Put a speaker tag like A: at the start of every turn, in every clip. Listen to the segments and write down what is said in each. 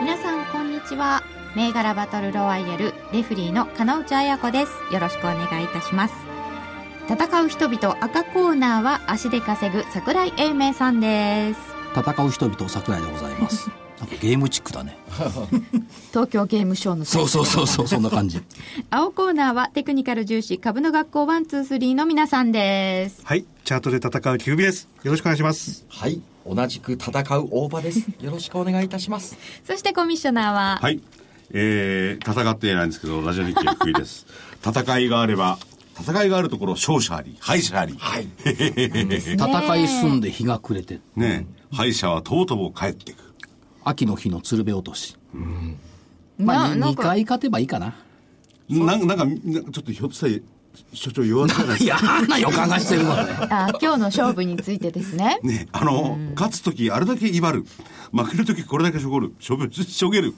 A: 皆さんこんにちは銘柄バトルロワイヤルレフリーの金内彩子ですよろしくお願いいたします戦う人々赤コーナーは足で稼ぐ桜井英明さんです
B: 戦う人々桜井でございます なんかゲームチックだね
A: 東京ゲームショウの
B: そうそうそうそうそんな感じ
A: 青コーナーはテクニカル重視株の学校ワンツースリーの皆さんです
C: はい、チャートで戦うキュービです。よろしくお願いします。
D: はい同じく戦う大場ですよろしくお願いいたします
A: そしてコミッショナーは、
E: はい。えー、戦っていないんですけど、ラジオ日経福井です。 戦いがあれば、戦いがあるところ、勝者あり、敗者あり。 はい。
B: 戦い進んで日が暮れて
E: ねえ敗者はとうとう帰ってく。
B: 秋の日の鶴瓶落としま
A: な
B: あ
A: なん
B: 2
A: か
B: 回勝てばいいかな
E: なんか、なんか、なんかちょっとひょっとしたら、所長弱ってないです
B: 嫌
E: か
B: な予感がしてるわね
A: あ今日の勝負についてです ね
E: ねえあの、勝つときあれだけ威張る。負けるときこれだけしょごる。しょげしょげる。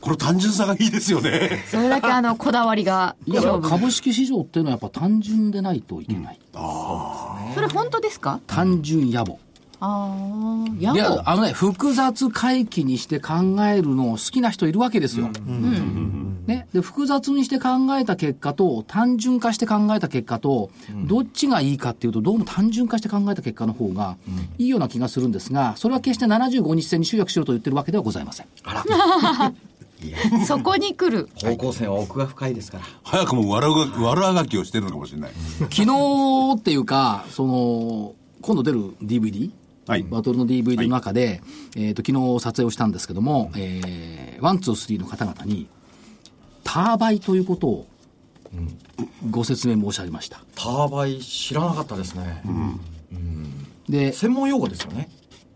E: この単純さがいいですよ ね。
A: それだけあのこだわりが
B: いや
A: 勝負
B: 株式市場っていうのはやっぱ単純でないといけない、
A: それ本当ですか
B: 単純野暮
A: ああや
B: い
A: ぼ
B: やあのね複雑回帰にして考えるのを好きな人いるわけですよ、ね、で複雑にして考えた結果と単純化して考えた結果と、どっちがいいかっていうとどうも単純化して考えた結果の方がいいような気がするんですがそれは決して75日線に集約しろと言ってるわけではございません
A: そこに来る
D: 方向線は奥が深いですから
E: 早くも悪あが悪あがきをしてるのかもしれない。
B: 昨日っていうか、その、今度出る DVD、
E: はい
B: バトルの DVD の中で、えっ、と、昨日撮影をしたんですけども、えー、ワン、ツー、スリーの方々に、ターバイということを、ご説明申し上げました。
D: ターバイ知らなかったですね、
B: で、
D: 専門用語ですよね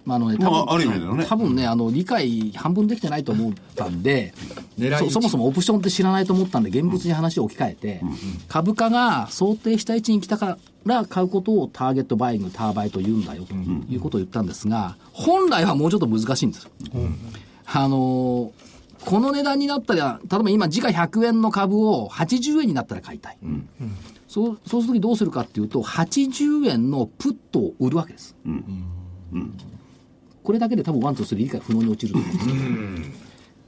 B: まあ、あのね、
E: ま
B: 多分、
E: あ、ある意味だよね。
B: 多分ね、あの、理解半分できてないと思ったんで、
D: 狙い撃
B: そ
D: ち
B: そもそもオプションって知らないと思ったんで、現物に話を置き換えて、株価が想定した位置に来たから買うことをターゲットバイング、ターバイと言うんだよということを言ったんですが、本来はもうちょっと難しいんですよ。あのーこの値段になったら、例えば今、時価100円の株を80円になったら買いたい。そうそうするときどうするかっていうと、80円のプットを売るわけです。これだけで多分ワンツースリー理解不能に落ちると思うんで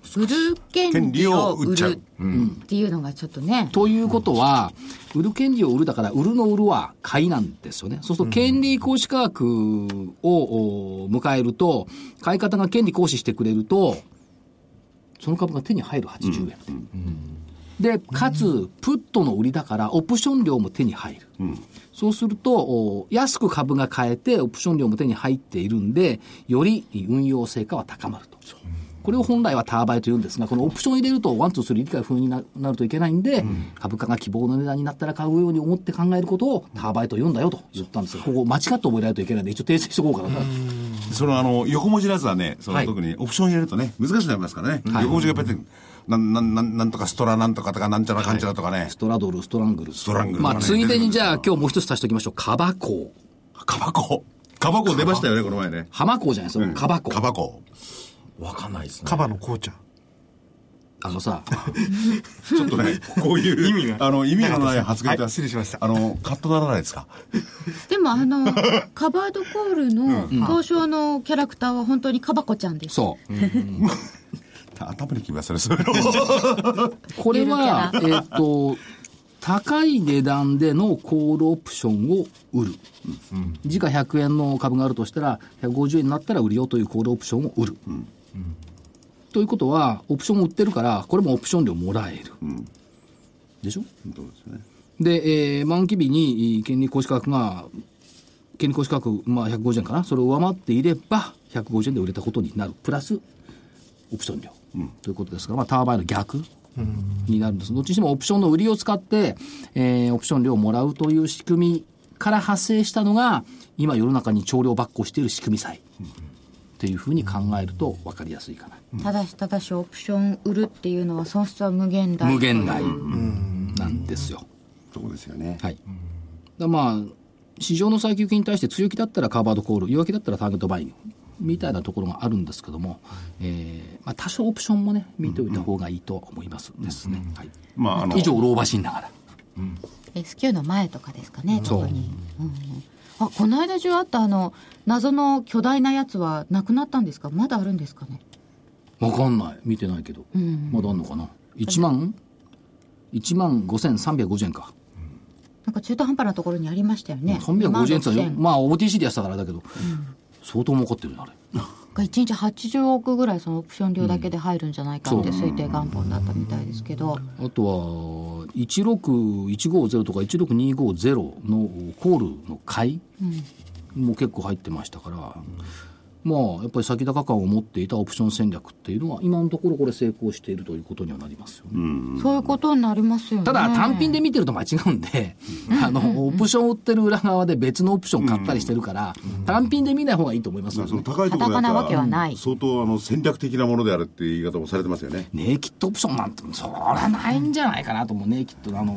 B: すけど
A: 売る権利を売るっていうのがちょっとね
B: ということは、売る権利を売るだから、売るの売るは買いなんですよね。そうすると、権利行使価格をお迎えると、買い方が権利行使してくれると、その株が手に入る80円。で、かつ、プットの売りだから、オプション料も手に入る。そうすると、お安く株が買えて、オプション料も手に入っているんで、より運用成果は高まると。これを本来はターバイと言うんですが、このオプションを入れると、ワン、ツー、スリー理解不能にななるといけないんで、株価が希望の値段になったら買うように思って考えることをターバイと言うんだよと言ったんですが、ここ間違って覚えられるといけないんで、一応訂正しておこうかなと。
E: そのあの横文字のやつはね、その
D: はい
E: 特にオプション入れるとね、難しくなりますからね、横文字がペッて、なんなんなんなんとかストラなんとかとか、なんちゃらかんちゃらとかね
B: ス、トラドル、ストラングル。
E: ストラングル
B: まあ、
E: とかね
B: ついでにじゃあ、今日もう一つ足しておきましょう。カバコウ。
E: カバコ、カバコ出ましたよね、この前ね。
B: 浜コウじゃないですよ。カバコウ
E: カ。バコ。
D: わかんないですね
C: カバの紅茶。
B: あのさ、
E: ちょっとね、こういう
C: 意味が
E: あの意味のない発言
C: は
E: が
C: い失礼しました
E: あの、カットならないですか。
A: でもあの カバードコールの東証のキャラクターは本当にカバコちゃんです
B: そう。
E: 頭にきますね、それを。
B: これは、えーっと、高い値段でのコールオプションを売る。時価100円の株があるとしたら、150円になったら売るよというコールオプションを売る。ということは、オプションを売ってるから、これもオプション料もらえる。でしょで、えー満期日にえー権利行使価格が、権利行使価格、まあ、150円かな、それを上回っていれば、150円で売れたことになる、プラスオプション料、ということですから、まあ、ターバインの逆になるんです、どっちにしてもオプションの売りを使って、えーオプション料をもらうという仕組みから発生したのが、今、世の中に調量ばっこしている仕組み債。っていうふうに考えると分かりやすいかな。
A: ただしただしオプション売るっていうのは損失は無限大
B: 無限大なんですよ。
E: そうですよね。
B: はい。だまあ、市場の最急金に対して強気だったらカーバードコール、弱気だったらターゲットバイング。みたいなところがあるんですけども、えーまあ、多少オプションもね、見ておいた方がいいと思いますですね。はい
E: まあ、あの、
B: 以上、老婆心ながら。
A: S q の前とかですかね
B: そう
A: 特に、うんうんあこの間中あったあの謎の巨大なやつはなくなったんですかまだあるんですかね
B: わかんない。見てないけど。
A: ん
B: まだあんのかな。1万 ?1 万5350円か。
A: なんか中途半端なところにありましたよね
B: 350円って言ったら
A: 26000
B: まあ OTC でやってたからあれだけど、相当儲かってるよね、あれ。
A: が1日80億ぐらいそのオプション料だけで入るんじゃないかって推定元本だったみたいですけど、
B: あとは、16150とか16250のコールの買いも結構入ってましたから、まあ、やっぱり先高感を持っていたオプション戦略っていうのは、今のところこれ成功しているということにはなりますよね。
A: そういうことになりますよね
B: ただ単品で見てると間違うんで、 あの、オプション売ってる裏側で別のオプション買ったりしてるから、単品で見ない方がいいと思います
E: ま
B: よ
E: あその
B: ね。
E: 高いところ
A: 裸な
E: だ
A: わけはない
E: 相当あの戦略的なものであるっていう言い方もされてますよね。
B: ネイキッドオプションなんて、そらないんじゃないかなと思う。ネイキッド、あの、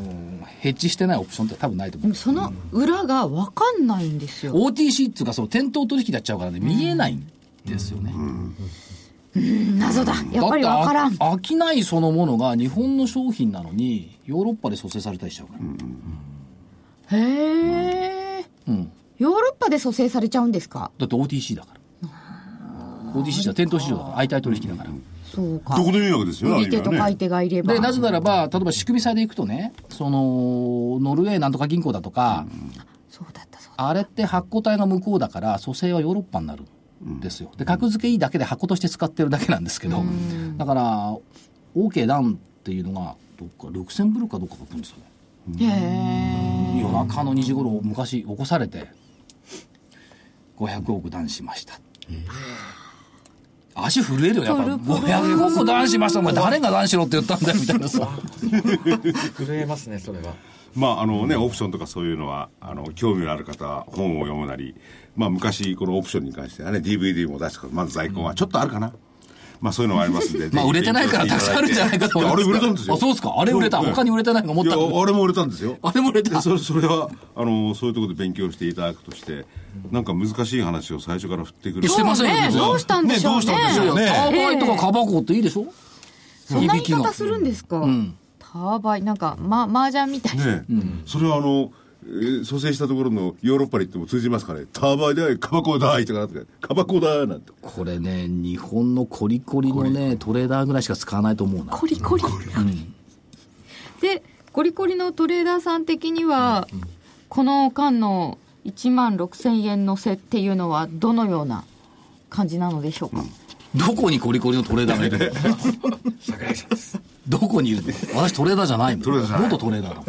B: ヘッジしてないオプションって多分ないと思
A: で
B: う
A: も。その裏が分かんないんですよ
B: OTC っていうか、その店頭取引やっちゃうからね、見えないんですよね。
A: 謎だやっぱり
B: だ
A: 分からん
B: てあ商いそのものが日本の商品なのに、ヨーロッパで蘇生されたりしちゃうから。
A: へえ、
B: ん
A: ヨーロッパで蘇生されちゃうんですか
B: だって OTC だから。OTC じゃ店頭市場だから、相対取引だから。
A: そうか
E: どこでもいいわけですよね。
A: 売り手と
E: あれは
A: 買
E: ね
A: い手がいれば
B: で、なぜならば、例えば仕組み債でいくとね、その、ノルウェーなんとか銀行だとか、
A: そうだったそうだ
B: あれって発行体が向こうだから、蘇生はヨーロッパになるんですよ。で、格付けいいだけで箱として使ってるだけなんですけど、だから、OK ダウンっていうのが、どっか、ルクセンブルクかどっかが来るんですよね。
A: へえ
B: 夜中の2時頃昔起こされて500億ダウンしました足震えるよやっぱ500億ダウンしましたお前誰がダウンしろって言ったんだよみたいなさ
D: 震えますね、それは。
E: まああのね、オプションとかそういうのはあの興味のある方は本を読むなり、まあ、昔このオプションに関してはね DVD も出したからまず在庫はちょっとあるかな、まあそういうのはありますんで
B: まあ売れてないからたくさんあるんじゃないかと思い
E: や
B: ます
E: あれ売れたんですよ
B: あそうですかあれ売れた
E: そう
B: 他に売れてないのがもっ
E: いや
B: た
E: あれも売れたんですよ
B: あれも売れた
E: でそれそれはあのそういうところで勉強していただくとしてなんか難しい話を最初から振ってくる
B: してませんよ
A: ね
B: 全然
A: どうしたんでしょうね
E: ねどうしたんでしょ
B: い
E: う
B: やいやターバイとかカバコっていいでしょ
A: そんな言い
B: いびきが
A: 方するんですか、ターバイなんかま麻雀みたいな、
E: ねえそれはあの、えー蘇生したところのヨーロッパに行っても通じますからね、ターバイでカバコだいとかなんて、カバコだなんて。
B: これね日本のコリコリのねトレーダーぐらいしか使わないと思うな
A: コリコリ、でコリコリのトレーダーさん的には、この間の1万6000円のせっていうのはどのような感じなのでしょうか、
B: どこにコリコリのトレーダーがいるの
D: 桜井さんです。
B: どこにいるの私トレーダーじゃないもん
E: トレーダーじゃない
B: 元トレーダーだもん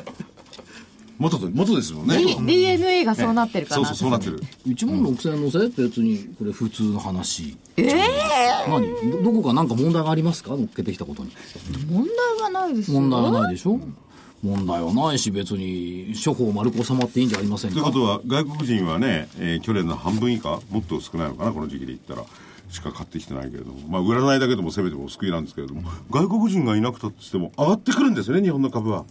E: 元と、元ですもんね。
A: D- DNA がそうなってるか
E: そう
A: な
E: そう、そうなってる。
B: 1万6000円のせって別にこれ普通の話
A: ええ
B: 何どどこか何か問題がありますか乗っけてきたことに
A: 問題はないですよ
B: 問題はないでしょ問題はないし別に処方丸く収まっていいんじゃありません
E: という
B: か
E: ことは、外国人はね、えー去年の半分以下、もっと少ないのかな、この時期で言ったら。しか買ってきてないけれども、まあ、売らないだけでもせめてもお救いなんですけれども、外国人がいなくたとしても、上がってくるんですよね、日本の株は。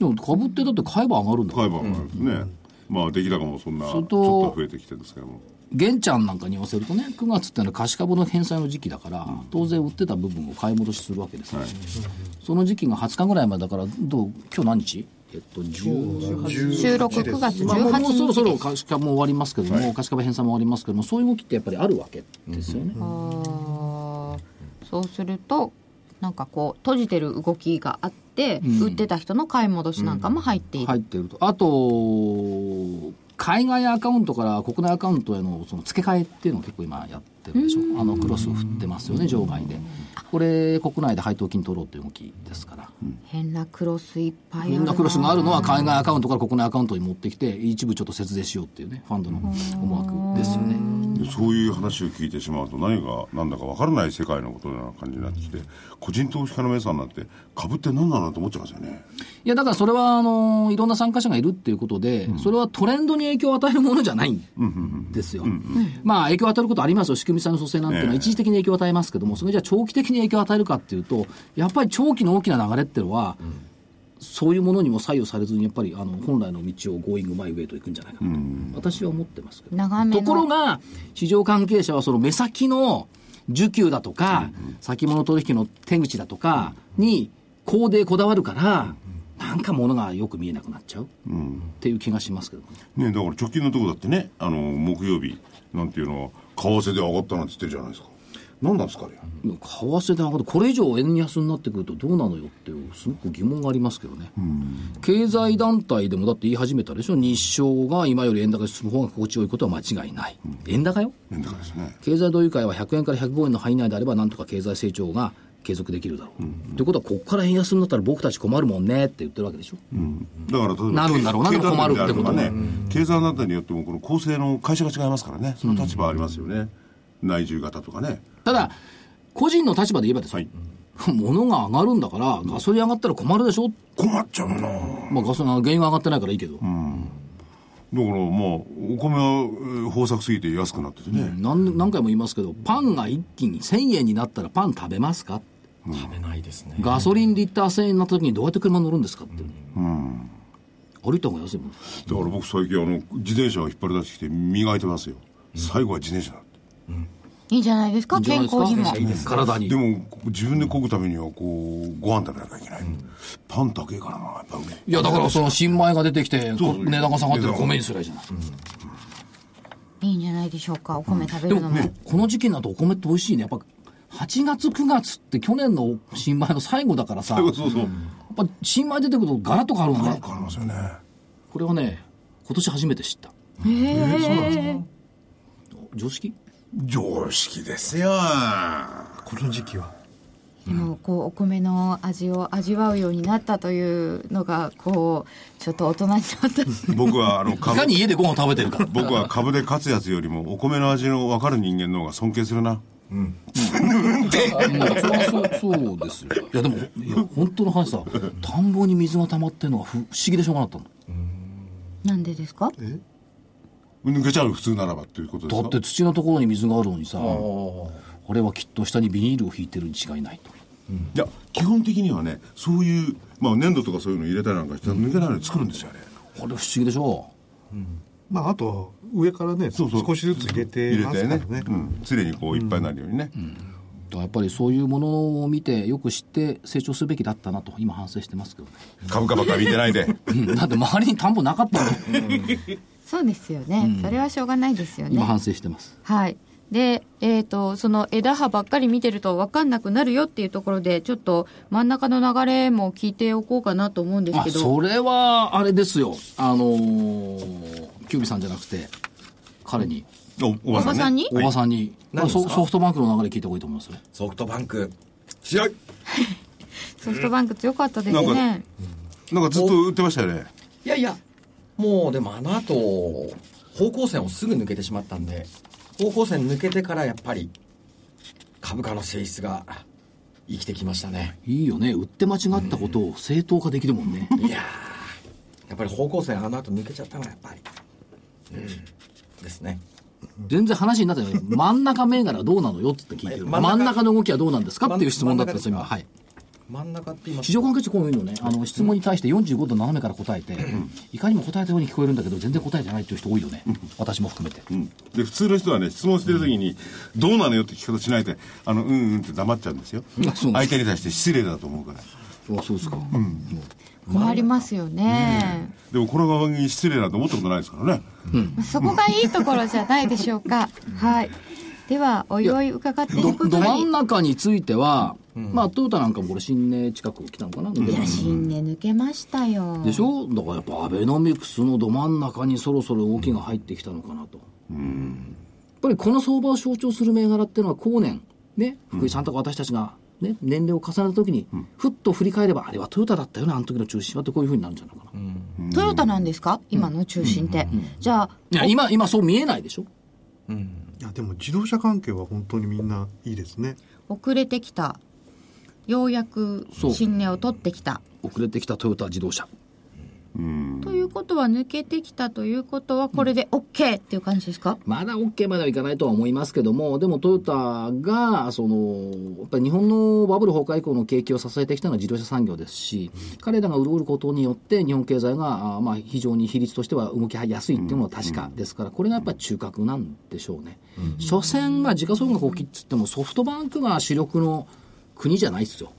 B: でも株ってだって買えば上がるんだから
E: 買えば上がるんですね。まあ、出来高もそんな、ち
B: それ
E: ょ
B: と
E: っと増えてきてるんですけども。
B: 玄ちゃんなんかに言わせるとね9月ってのは貸し株の返済の時期だから当然売ってた部分を買い戻しするわけですよ、その時期が20日ぐらいまでだからどう今日何日えっと10
A: 収録9月
B: まあ、もう
A: 18
B: そろそ
A: 日
B: ろ
A: です
B: 可視化も終わりますけども、可視化返済も終わりますけどもそういう動きってやっぱりあるわけですよね、
A: あーそうするとなんかこう閉じてる動きがあって、売ってた人の買い戻しなんかも入っている、
B: 入っているとあと海外アカウントから国内アカウントへのその付け替えっていうのを結構今やってるでしょあのクロスを振ってますよね場外でこれ国内で配当金取ろうという動きですから、
A: 変なクロスいっぱいある
B: みんなクロスがあるのは海外アカウントから国内アカウントに持ってきて一部ちょっと節税しようっていうねファンドの思惑ですよね
E: でそういう話を聞いてしまうと何が何だか分からない世界のことのような感じになってきて個人投資家の皆さんなんて株って何なのと思っちゃいますよね
B: いや、だからそれは、あの、いろんな参加者がいるっていうことで、それはトレンドに影響を与えるものじゃないんですよ。まあ、影響を与えることありますよ。仕組み債の蘇生なんていうのは
E: ええ
B: 一時的に影響を与えますけども、それじゃあ長期的に影響を与えるかっていうと、やっぱり長期の大きな流れっていうのは、そういうものにも左右されずに、やっぱり、あの、本来の道をゴーイングマイウェイと行くんじゃないかなと、私は思ってますけど。
A: 長めの
B: ところが、市場関係者はその目先の需給だとか、先物取引の手口だとかに、高でこだわるから、なんか物がよく見えなくなっちゃうっていう気がしますけどね、
E: ねだから直近のとこだってねあの木曜日なんていうのは為替で上がったなんて言ってるじゃないですか何なんですかね
B: 為替で上がるこれ以上円安になってくるとどうなのよっていう、すごく疑問がありますけどね。経済団体でもだって言い始めたでしょ、日商が今より円高に進む方が心地よいことは間違いない。円高よ
E: 円高ですね
B: 経済同友会は100円から105円の範囲内であれば、なんとか経済成長が継続できるだろう。ということは、ここから円安になったら僕たち困るもんねって言ってるわけでしょ。
E: だから例えば
B: なるんだろうな
E: 経
B: でも困るってこと
E: 経団連であればね経済団体によってもこの構成の会社が違いますからねその立場ありますよね、内需型とかね
B: ただ、個人の立場で言えばですよ、
E: はい
B: 物が上がるんだから、ガソリン上がったら困るでしょ。
E: 困っちゃうな
B: まあ、ガソリン、原油が上がってないからいいけど。
E: だからまあお米はえー豊作すぎて安くなっててね、
B: 何何回も言いますけど、パンが一気に1000円になったらパン食べますか
D: 食べないですね
B: ガソリンリッター1000円になった時にどうやって車乗るんですかっていう、歩いた方が安いもん。
E: だから僕最近あの自転車を引っ張り出してきて磨いてますよ、最後は自転車だって
A: いいんじゃないですか
B: いいんじゃない
A: 健
B: です
A: 康
B: か
A: にも
B: 体に
E: で。も自分でこぐためにはこうご飯食べなきゃいけない、パン高えからなやっぱね
B: いや、だからその新米が出てきて、
E: そう
B: こ値段が下がってる米にすりゃいいじゃない。
A: いいんじゃないでしょうかお米食べ
B: で
A: る
B: も
A: のも、
B: ね、この時期になるとお米って美味しいね。やっぱ8月9月って去年の新米の最後だからさ、やっ
E: そうそう
B: ぱ新米出てくるとガラッと変わるの
E: なん
B: ね
E: か。ありますよね
B: これはね、今年初めて知った。常識
E: 常識ですよ
C: この時期は
A: でもこうお米の味を味わうようになったというのがこうちょっと大人にな った
E: 僕はあの
B: い
E: 株
B: かに家でご飯食べてるか。
E: 僕は株で勝つやつよりもお米の味の分かる人間の方が尊敬するな
B: うんそれはそうそうですよ。いやでも、いや本当の話さ、田んぼに水が溜まってるのが不思議でしょうがなかっ
A: なんでですか
E: 抜けちゃう普通ならばっていうことで
B: た
E: す
B: の。だ
E: か
B: って土のところに水があるのにさ、これはきっと下にビニールを引いてるに違いないと。
E: いや基本的にはねそういう、まあ、粘土とかそういうの入れたりなんかして抜けないように作るんですよね、
B: これ不思議でしょう。
C: まああと上からね
E: そうそう
C: 少しずつ入れて
E: 入れ
C: ます
E: て
C: から
E: ね
C: ね
E: うん、常にこういっぱいになるようにね、
B: だからやっぱりそういうものを見てよく知って成長すべきだったなと今反省してますけどね、
E: 株価ばっかり見てないで
B: うんだって周りに田んぼなかったの
A: そうですよね、それはしょうがないですよね
B: 今反省してます
A: はい。で、えっ、と、その枝葉ばっかり見てると分かんなくなるよっていうところで、ちょっと真ん中の流れも聞いておこうかなと思うんです
B: あ
A: けど、
B: それはあれですよあのー、キュービさんじゃなくて彼に
E: おおば
A: おばさんに、
B: おばさんに、
D: 何です
B: ソ
D: か
B: ソフトバンクの流れ聞いた方がいいと思いますよ
D: ソフトバンク
E: 強い
A: ソフトバンク強かったです
E: な
A: ね。
E: なんかずっと売ってましたよね
D: いやいやもうでもあの後方向線をすぐ抜けてしまったんで方向線抜けてからやっぱり株価の性質が生きてきましたね
B: いいよね売って間違ったことを正当化できるもんね
D: いやーやっぱり方向線あの後抜けちゃったのはやっぱり、うん、ですね
B: 全然話になってない真ん中銘柄はどうなのよって聞いてる
D: 真
B: 真
D: ん
B: ん中
D: 中
B: の動きはどうなんですかっていう質問だったんですよ今はい
D: 真ん中って言います
B: 市場関係者こういうのね、あの質問に対して45度斜めから答えて、いかにも答えたように聞こえるんだけど、全然答えてないっていう人多いよね、私も含めて。
E: うんで普通の人はね質問してる時に「どうなのよ」って聞き方しないで「あのうんうん」って黙っちゃうんですよ
B: あそうなん
E: 相手に対して失礼だと思うから
B: あそうですか、
A: 困りますよね。
E: でもこの側に失礼なんて思ったことないですからね
A: まあそこがいいところじゃないでしょうか。はい。では、おいおい伺っていく
B: ど
A: こと
B: ど真ん
A: に。
B: 中については、まあ、トヨタなんかもこれ、新年近く来たのかな、抜け
A: い
B: たの
A: や、新年抜けましたよ。
B: でしょだからやっぱアベノミクスのど真ん中にそろそろ動きが入ってきたのかなと。やっぱりこの相場を象徴する銘柄っていうのは後年、ね、福井さんとか私たちが、ね、年齢を重ねた時に、ふっと振り返れば、あれはトヨタだったよね、あの時の中心はってこういうふうになるんじゃないかな。
A: トヨタなんですか今の中心って。じゃあ、
B: いや、今、今そう見えないでしょ
C: いやでも自動車関係は本当にみんないいですね
A: 遅れてきたようやく
B: そう
A: 新値を取ってきた
B: 遅れてきたトヨタ自動車
E: うん
A: ということは抜けてきたということはこれで OK っていう感じですか、
B: まだ OK まではいかないとは思いますけども、でもトヨタが、その、やっぱり日本のバブル崩壊以降の景気を支えてきたのは自動車産業ですし、彼らが潤うことによって日本経済が、あーまあ非常に比率としては動きやすいっていうのは確かですから、これがやっぱり中核なんでしょうね。所詮が時価総額を切っつってもソフトバンクが主力の国じゃないですよ。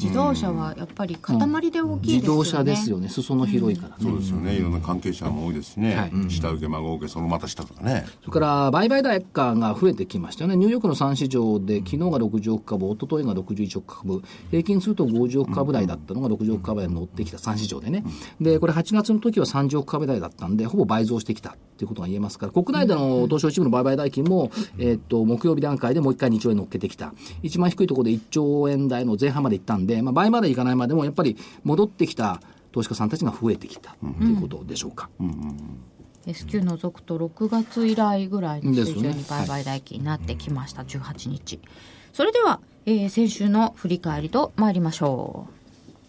A: 自動車はやっぱり塊で大きいですよ
B: 自
A: ね、
B: 動車ですよね。裾野広いからね。
E: そうですよねいろんな関係者も多いですしね、
B: はい
E: 下請け孫請けそのまた下とかね
B: それから売買代価が増えてきましたよね、ニューヨークの3市場で、昨日が60億株、一昨日が61億株、平均すると50億株台だったのが60億株台に乗ってきた3市場でね、でこれ、8月の時は30億株台だったんで、ほぼ倍増してきたということが言えますから、国内での東証一部の売買代金も、えーっと木曜日段階でもう1回2兆円乗っけてきた、一番低いところで1兆円台の前半までいったんで、まあ、倍までいかないまでも、やっぱり戻ってきた投資家さんたちが増えてきたということでしょうか。
A: S q 除くと6月以来ぐらいの水準
B: で
A: に
B: すよね
A: 売買代金になってきました、18日それでは、えー先週の振り返りと参りましょう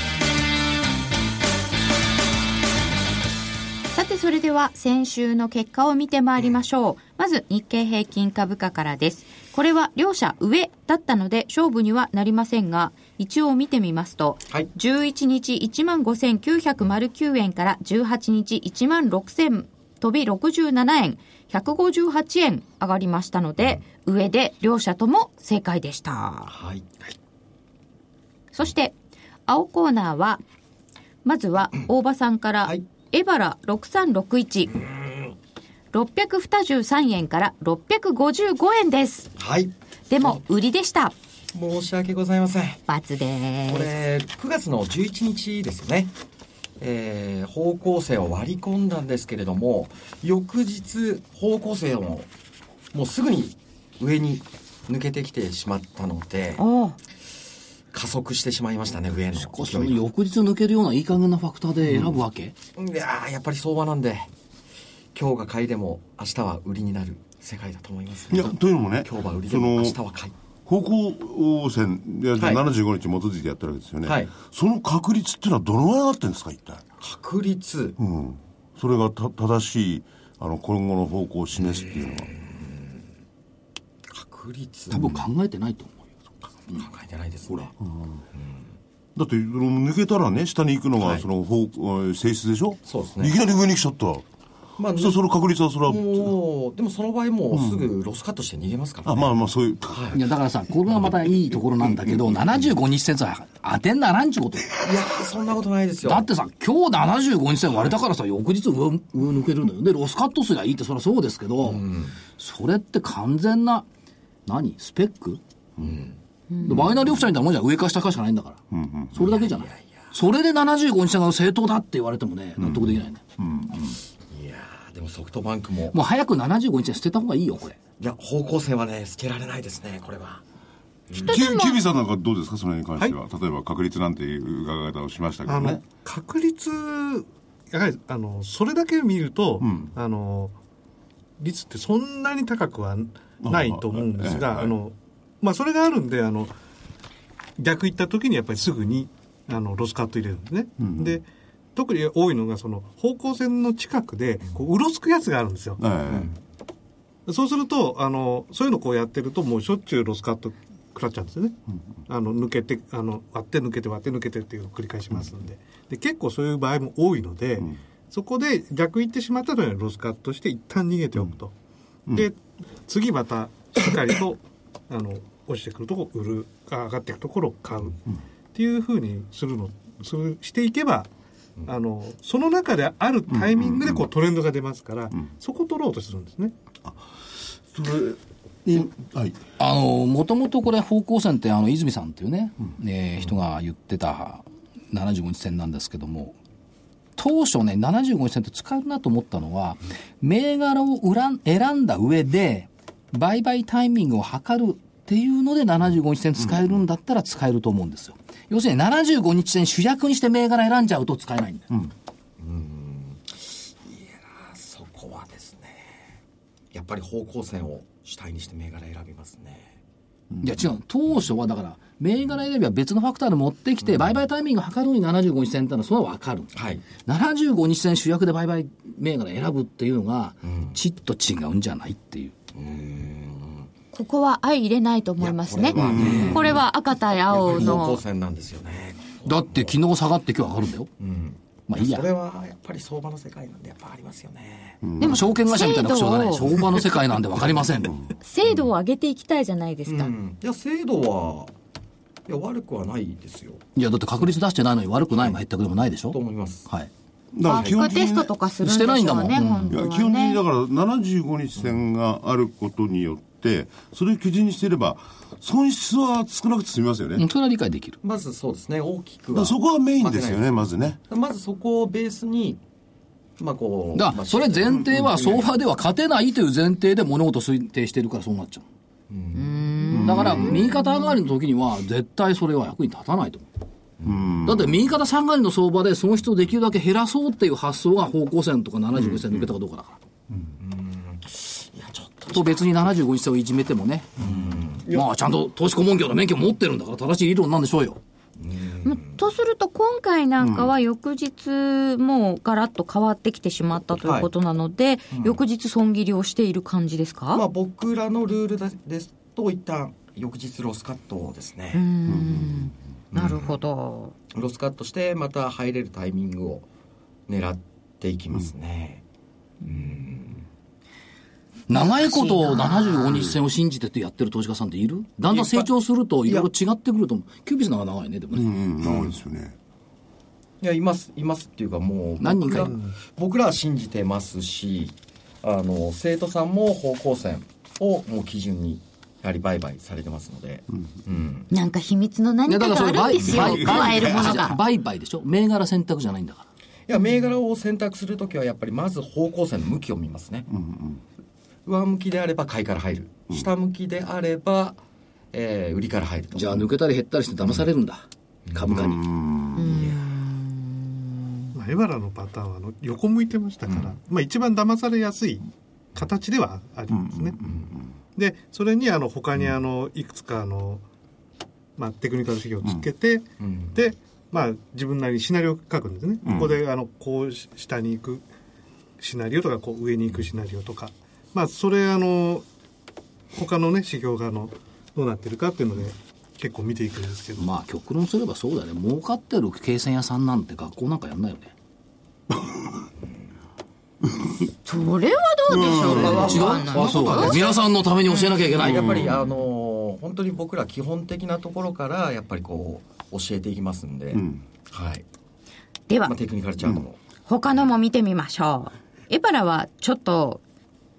A: さてそれでは先週の結果を見てまいりましょう。まず日経平均株価からです。これは両者上だったので勝負にはなりませんが、一応見てみますと、
D: はい
A: 11日15,909円から18日16,000飛び67円、158円上がりましたので、上で両者とも正解でした。
D: はい
A: そして、青コーナーは、まずは大場さんから、
D: はい
A: エバラ6361。623円から655円です。
D: はい
A: でも、売りでした。
D: 申し訳ございません
A: 罰で
D: こ
A: す。
D: れ9月の11日ですよね、えー方向性を割り込んだんですけれども翌日方向性をもうすぐに上に抜けてきてしまったので
A: おう
D: 加速してしまいましたね上の
B: そ
D: 勢
B: の
D: いが
B: 翌日抜けるようないい加減なファクターで選ぶわけ、
D: いやーやっぱり相場なんで今日が買いでも明日は売りになる世界だと思います、
E: いやというのもね
D: 今日は売りで
E: そ
D: も明
E: の
D: 日は買い
E: 方向線で
D: はい
E: 75日に基づいてやってるわけですよね、
D: はい
E: その確率っていうのはどのぐらい上がってるんですか一体
D: 確率
E: うんそれがた正しいあの今後の方向を示すっていうのは
D: 確率
B: 多分考えてないと思うよ。
D: 考えてないですね
E: だってその抜けたらね下に行くのがその方、えー性質でしょ
D: そうですね
E: いきなり上に来ちゃった
D: まあ
E: そその確率はそれは
D: もうでもその場合もうすぐロスカットして逃げますから、
E: あ
D: ね
E: まあまあそういう、
B: いやだからさ、これがまたいいところなんだけど、75日線さ、当てにならんちゅうことよ
D: いやーそんなことないですよ
B: だってさ、今日75日線割れたからさ、翌日上上抜けるのよ。で、ロスカットすりゃいいって、そりゃそうですけど、それって完全な、何スペックマイナー緑茶みたいなもんじゃん上か下かしかないんだから。それだけじゃない。それで75日間が正当だって言われてもね、納得できないね。
D: いやーでもソフトバンクも
B: もう早く75日で捨てた方がいいよ、これ。
D: いや方向性はね捨てられないですねこれは
E: キュキュビさんなんかどうですかそれに関しては、例えば確率なんていう伺い方をしましたけど
C: あの
E: ね
C: 確率やはりあのそれだけ見ると、あの率ってそんなに高くはないと思うんです
E: あま
C: が、
E: あ
C: あのまあそれがあるんであの逆行った時にやっぱりすぐにあのロスカット入れるんですね。で特に多いのがその方向線の近くでこううろつくやつがあるんですよ。
E: ええ
C: そうすると、あの、そういうのこうやってると、もうしょっちゅうロスカット食らっちゃうんですよね。あの、抜けて、あの、割って抜けて割って抜けてっていうのを繰り返しますんで。で、結構そういう場合も多いので、そこで逆行ってしまったのにロスカットして一旦逃げておくと。で、次またしっかりと、あの、落ちてくるとこ売る、あ上がっていくところを買う。っていうふうにするの、する、していけば、あのその中であるタイミングでこうトレンドが出ますから、そこを取ろうとするんですね。
E: それいはい
B: あの、もともとこれ方向線って、あの、泉さんっていうね、えー人が言ってた75日線なんですけども、当初ね、75日線って使うなと思ったのは、銘柄をうらん選んだ上で、売買タイミングを測るっていうので75日線使えるんだったら使えると思うんですよ。要するに75日線主役にして銘柄選んじゃうと使えないんだよ。
D: そこはですねやっぱり方向線を主体にして銘柄選びますね
B: いや違う当初はだから銘柄選びは別のファクターで持ってきて売買タイミングを測るのに75日線ってのはそれは分かる、
D: はい
B: 75日線主役で売買銘柄選ぶっていうのがちっと違うんじゃないっていう、
A: ここは相入れないと思いますね。これは,、赤対青
D: 方向
A: の。
D: 線なんですよね
B: だって昨日下がって今日上がるんだよ、まあいいや
D: それはやっぱり相場の世界なんでやっぱありますよね、
B: でも証券会社みたいな口調がね
A: 制度を
B: 相場の世界なんで分かりません
A: 精度を上げていきたいじゃないですか。
D: いや精度はいや悪くはないですよ
B: いやだって確率出してないのに悪くないも減ったくでもないでしょ
D: と思います
B: はい
E: だか
A: バ
E: ら基
A: ッ
E: 本
A: ク
E: 的に
A: テ
E: ね
A: ストとかするんで
B: してないん
A: し
B: だ
A: ょ
B: も
A: うんね、
B: うん
A: 本
E: い
A: 当
E: や
A: は
E: 基本的に
A: ね
E: だ。から75日線があることによってそれを基準にしていれば損失は少なくて済みますよね、
B: う
E: だ
B: ん
E: か
B: それは理解できる
D: まずそうですね大きく
E: ら
D: は
E: そこはメインですよねまずね
D: まずそこをベースにまあこう
B: だか
D: まあ
B: らそれ前提は相場では勝てないという前提で物事を推定してるからそうなっちゃうだから右肩上がりの時には絶対それは役に立たないと思うだって右肩下がりの相場で損失をできるだけ減らそうっていう発想が方向線とか75線抜けたかどうかだから、
D: いやちょっと
B: と別に75日線をいじめてもね、まあちゃんと投資顧問業の免許持ってるんだから正しい理論なんでしょうよ
A: うんとすると今回なんかは翌日もうガラッと変わってきてしまったということなので、翌日損切りをしている感じですか、
D: まあ僕らのルールだですと一旦翌日ロスカットをですね、
A: うんなるほど。
D: ロスカットしてまた入れるタイミングを狙っていきますね、
B: 長いこと75日線を信じてってやってる投資家さんっているだんだん成長するといろいろ違ってくると思うキュービスの方が長いねでもね、
E: うん長いですよね
D: いやいますいますっていうかもう
B: 何人
D: 僕
B: から
D: 僕らは信じてますしあの生徒さんも方向線をもう基準にやはり売買されてますので、うん
A: なんか秘密の何
B: いや
A: か
B: だから
A: があ
B: それ
A: るん
B: 売
A: ですよ。
B: 買
A: 加えるものが。
B: 売買でしょ銘柄選択じゃないんだから
D: いや銘柄を選択するときはやっぱりまず方向性の向きを見ますね、上向きであれば買いから入る下向きであれば、えー売りから入ると
B: じゃあ抜けたり減ったりして騙されるんだ、株価に、
C: まあ、エバラのパターンはあの横向いてましたから、まあ、一番騙されやすい形ではありますね。でそれにあの他にあのいくつかあの、まあ、テクニカル指標をつけて、
D: ん
C: で、まあ、自分なりにシナリオを書くんですね。ここであのこうし下に行くシナリオとかこう上に行くシナリオとか、まあ、それあの他のね指標があのどうなってるかっていうので結構見ていくんですけど、
B: まあ極論すればそうだよね儲かってる経線屋さんなんて学校なんかやんないよね
A: それはどうでしょうかわ
B: 違う
A: かんない。
B: あそうか皆さんのために教えなきゃいけない、
D: やっぱり、あのー本当に僕ら基本的なところからやっぱりこう教えていきますんで、はい、
A: では
D: まあ、、テクニカルチャートも、
A: 他のも見てみましょう。エバラはちょっと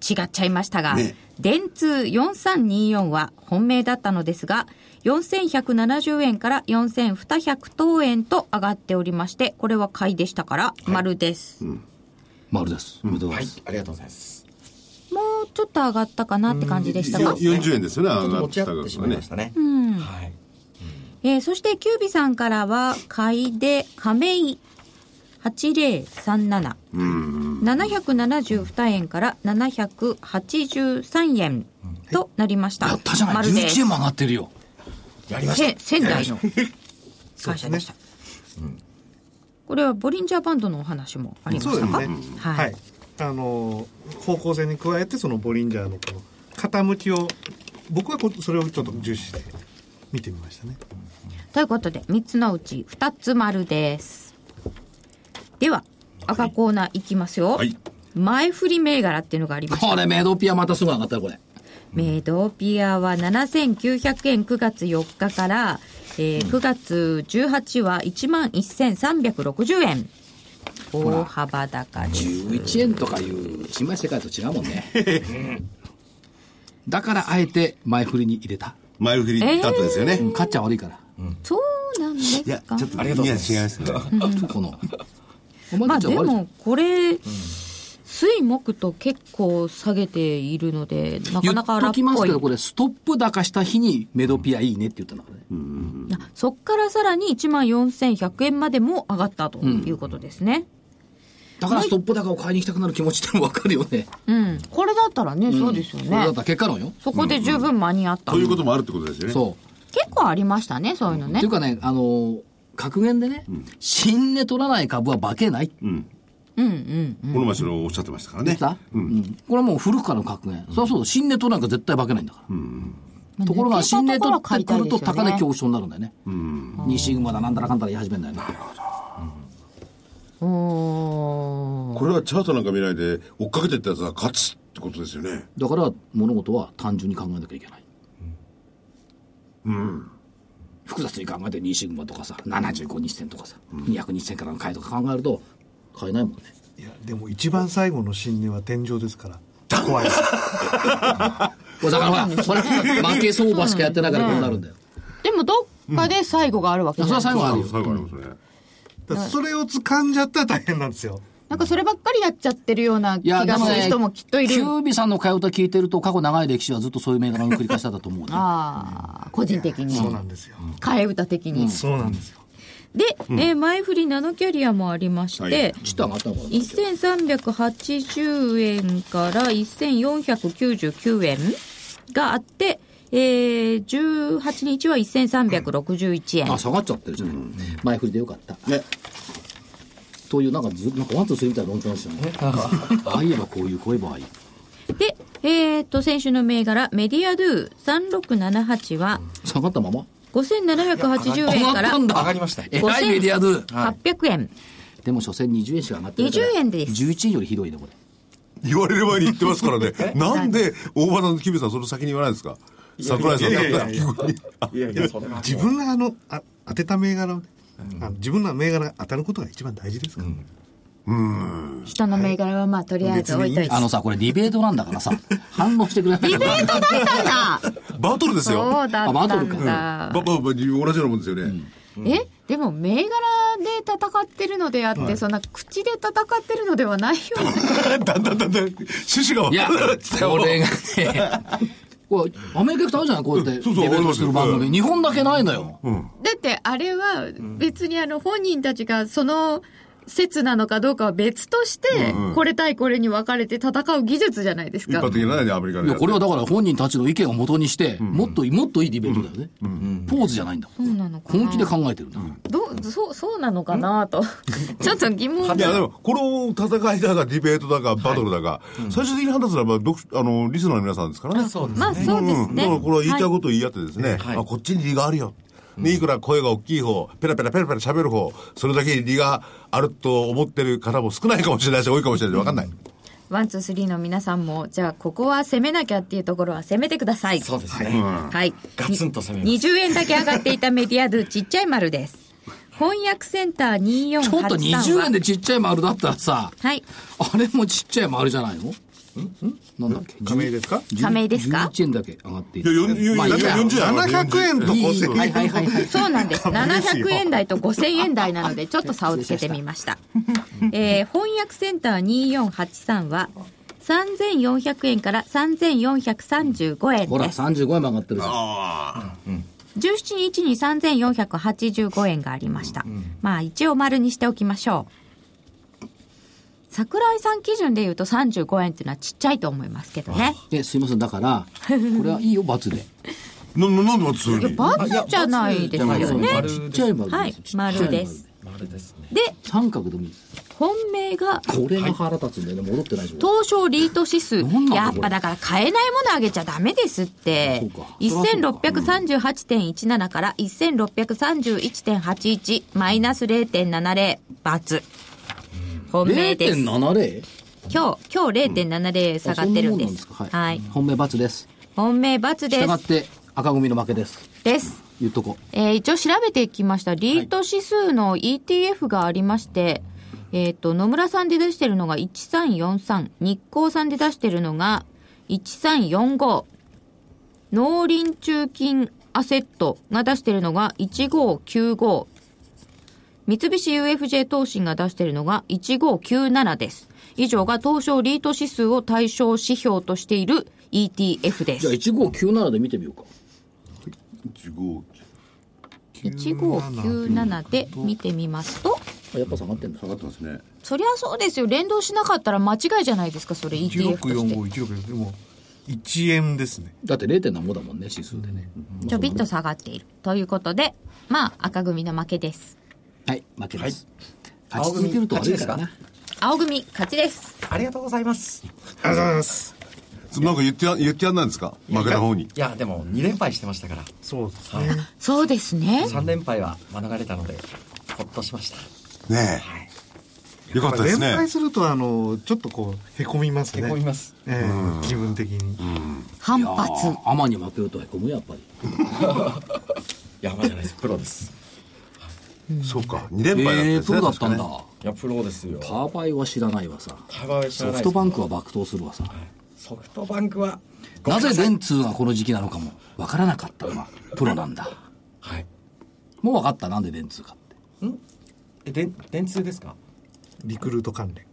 A: 違っちゃいましたが、電通4324は本命だったのですが、4170円から4200等円と上がっておりまして、これは買いでしたから、丸です。
B: 丸です。おめでとうござ
D: はいい
B: ます。、
D: ありがとうございます。
A: もうちょっと上がったかなって感じでしたが。
E: 40円ですよね、上
D: ちょっと
E: が
D: 持
E: っ
D: ち
E: た
D: 合ってしまいましたね。
A: うん。
D: はい。
A: えーそして、キュービさんからは、買いで、亀井8037。772円から783円となりました。
B: やったじゃない。
A: 丸です
B: 11円も上がってるよ。
D: やりまし
A: せ仙台の会社でした。これはボリンジャーバンドのお話もありま
C: そう
A: し
C: で
A: た
C: す
A: か、
C: ね、
A: は
C: はいい、あの方向性に加えてそのボリンジャーのこの傾きを僕はこそれをちょっと重視して見てみましたね
A: ということで、3つのうち2つ丸です。では、赤コーナーいきますよ。
E: はい
A: 前振り銘柄っていうのがありました
B: これ、メドピアまたすぐ上がったよ、これ。
A: メドピアは7900円9月4日から、えー9月18日は1万1360円。大幅高です。
B: 11円とかいう新米世界と違うもんね。だから、あえて前振りに入れた。
E: 前振りだったんですよね。
B: 勝っちゃ悪いから。
A: そうなんです
E: いや、
A: か
E: ちょっと、
D: ありがとうございます
E: や違いますね。
B: この。お
A: ま
B: 前た
A: あ
B: ち
A: で
B: は悪いじゃん
A: も、これ、水木と結構下げているので、なか
B: 言
A: なか
B: っ
A: 荒
B: と
A: っ
B: きます
A: ぽ
B: け
A: い
B: ど、。これ、ストップ高した日にメドピアいいねって言ったのからね。
A: あそっからさらに1万4100円までも上がったということですね。
B: だから、ストップ高を買いに行きたくなる気持ちってもわかるよね。
A: うん。これだったらね、そうですよ
B: これだ
A: ね
B: っ。たら結果論よ。
A: そこで十分間に合った。
E: ということもあるってことですよね。
B: そう。
A: 結構ありましたね、そういうの
B: っ
A: ね
B: ていう。かね、あのー格言でね、新値取らない株は化けないって言
A: うんうんうん。
E: この前それをおっしゃってましたからね
B: っ。た、うんこれはもう古くからの格言。そりゃそうだ、新値取らないから絶対化けないんだから。
A: まあ
B: ところが、新値取ってくる
A: 抜けた
B: と高値
A: ところは買いたいですよね
B: 恐怖症になるんだよね。ニシグマだなんだらかんだら言い始めるんだよね。
A: おー
E: これはチャートなんか見ないで、追っかけてったやつは勝つってことですよね。
B: だから、物事は単純に考えなきゃいけない。複雑に考えてニシグマとかさ、75日線とかさ、200日線からの買いとか考えると、買えないもんね。
C: いやでも一番最後の新年は天井ですから 怖いです
B: だからほら、ほら、負け相場しかやってないからこうなるんだよ。
A: でも、どっかで最後があるわけ
B: そ
A: じ
B: れ
A: ゃ
B: は
A: ない
B: 最後あるよ。
E: 最後ありますね。
C: だからそれを掴んじゃったら大変なんですよ
A: なんかそればっかりやっちゃってるようない気
B: や、で
A: が
B: も
A: す
B: ね
A: る人もきっとい
B: キ
A: る。
B: ュービさんの替え歌聞いてると、過去長い歴史はずっとそういう銘柄の繰り返しだったと思う、ね。
A: ああ、個人的に。
C: そうなんですよ、
A: 替え歌的に。
C: そうなんですよ
A: で、えー前振りナノキャリアもありまし
E: は
A: て
E: い、
B: ちょっと上がったのかな
A: 1380円から1499円があって、えー、18日は1361円。
B: あ、下がっちゃってるじゃない。前振りでよかった。
E: ね。
B: という、なんかず、なんかワンツースリーみたいな論調なんですよね。ああ言えばこういう、こう言えばああいう。
A: で、えー、っと、先週の銘柄、メディアドゥ3678は、
B: 下がったまま
A: 5780
B: 上
A: 円
B: が
A: か
B: っ
A: ら
B: たんだ
D: 上がりました
B: えらいメディアドゥ。
A: 800円。
B: でも、所詮20円しか上がってない。
A: 20円です
B: 11円よりひどいね、これ。
E: 言われる前に言ってますからね。 なんで、大場さんとキビさん、その先に言わないんですか桜井さんだったら、急にあ
D: た。いやいや、それは。
C: 自分があのあ当てた銘柄をね、あの自分の銘柄が当たることが一番大事ですから、
A: 人の銘柄はまあ、とりあえず置いといて。
B: あのさ、これディベートなんだからさ、反応してくれない
A: ディベートだったんだ
E: バトルですよ。
A: そうだった
B: あバトル
A: んだ
E: ば。ばば同じようなもんです よね。
A: えでも銘柄で戦ってるのであって、そんな口で戦ってるのではないような
E: だんだんだんだん、趣旨が
B: い
E: 分
B: や、
E: からなくなっちゃう
B: これがね、これ、アメリカ行くとあるじゃないこうやって、デ
E: そ
B: ィ
E: うそう
B: ベートする番
E: あります
B: 組。
E: よ
B: 日本だけないのよ。
A: だってあれは別にあの本人たちがその説なのかどうかは別として、これ対これに分かれて戦う技術じゃないです
E: 一
A: か
E: 般。的なね、アメリカ
B: いや、
E: でやって
B: こ
E: る。
B: れはだから本人たちの意見を元にして、もっとい、もっといいディベートだよね。ポーズじゃないんだもん。
A: そうなのかな
B: 本気で考えてるんだ。
A: どうそうそうなのかなとちょっと疑問
E: いや、でも、この戦いだか、ディベートだか、バトルだか、最終的に判断すれば、読あの、リスナーの皆さんですからね。
D: そうです
A: まあ
D: ね。
A: そうです
E: だ
A: ね。
E: からこれは言いたい
A: は
E: ことを言い合ってですね、
D: はい
E: あこっちに利があるよ、でいくら声が大きい方ペラペラペラペラ喋る方それだけに利があると思ってる方も少ないかもしれないし多いかもしれないし分かんない、
A: ワンツースリーの皆さんもじゃあここは攻めなきゃっていうところは攻めてください。
D: そうですね。
A: はい。
D: ガツンと攻めます
A: 20円だけ上がっていたメディアドゥちっちゃい丸です。翻訳センター2483
B: ちょっと
A: は
B: 20円でちっちゃい丸だったらさ、
A: はい。
B: あれもちっちゃい丸じゃないのなんだっけ
C: 亀井ですか
A: 亀井ですか
B: 11円だけ上がってい
E: いや、よんよん
B: まあ
E: だ
B: いい
E: って
B: や
E: 40円上がる
C: 700円と
B: いいいい
C: 5000
B: はい
C: 円
B: はいはいはい
A: そうなん です。
C: 株ですよ
A: 700円台と5000円台なので、ちょっと差をつけてみま した。えー翻訳センター2483は、3400円から3435円
B: ほら
A: です。
B: 35円も上がってるじゃん
E: あ
A: 17日に3485円がありました。まあ、一応丸にしておきましょう。桜井さん基準で言うと35円っていうのはちっちゃいと思いますけどね。
B: えすいませんだからこれはいいよ罰で
E: あ。な、ななんで私そういうの
A: バツじゃ ないです
D: あいや
A: よ
D: バ
A: ね
D: ツじゃないで。
B: ちっちゃい丸です、
A: はい
B: ちっちゃ
A: 丸です
D: 丸ですね。
A: で、
B: 三角でもいいです
A: 本命が
B: これが腹立つんだよね戻ってない状態
A: 東証リート指数
B: なんなんだ
A: やっ
B: これ
A: ぱだから買えないものあげちゃダメですって
B: そうか
A: 1638.17から1631.81マイナス0.70バツ本命です今日
B: 0.70?
A: 今日0.70下がってるんで
B: あそなもなん
A: す
B: かはい、
A: はい
B: 本命罰です
A: 本命バツで
B: 従っ
A: す
B: て赤組の負けです
A: です
B: 言っとこ
A: えー一応調べてきました。リート指数の ETF がありまして、えっ、と、野村さんで出してるのが1343、日光さんで出してるのが1345、農林中金アセットが出してるのが1595、三菱 UFJ 投信が出しているのが1597です。以上が東証リート指数を対象指標としている ETF で
B: じゃあ
A: す。
B: 1597で見てみようか
E: 15
A: 1597で見てみますと、
B: あやっぱ下がってんだ
E: 下がってますね。
A: そりゃそうですよ。連動しなかったら間違いじゃないですか、それ ETF として。
C: 164516でも1円ですね
B: だって 0. 何もだもんね指数でね、
A: ちょびっと下がっている。ということで、まあ、赤組の負けです。
B: はい負けです、勝ち続けると悪いから
D: 青
B: な
A: 青組、勝ちです。
D: ありがとうございます。い
C: ありがとうございます
E: そなんか言ってや、言ってやんないんですか負けた方に。
D: や、でも2連敗してましたから、
C: そうですね
A: そうですね。
D: 3連敗は免れたので、ほっとしました。
E: ねえ。よかったで
C: 連
E: すね。
C: 敗するとあのちょっとこうへこみます
D: へ
C: ね
D: こみます。
C: ええ気分的に
A: 反
B: あ
A: 発。
B: ーアマに負けるとへこむよやっぱり
D: いや、まあじゃないです。プロです。
E: そうか。2連敗だったん
B: え
E: で
B: ー、
E: す
B: プ
E: ね。
B: ロだったんだ、
E: 確かね
D: いや、プロですよ。
B: パーバイは知らないわさ
D: パワーは知ら
B: ソ
D: ないです
B: フトバンクは爆投するわさ
D: ソフトバンクは、
B: なぜ電通がこの時期なのかも分からなかったのがプロなんだ
D: はい。
B: もう分かったなんで電通かって
D: え、で、電通ですか
C: リクルート関連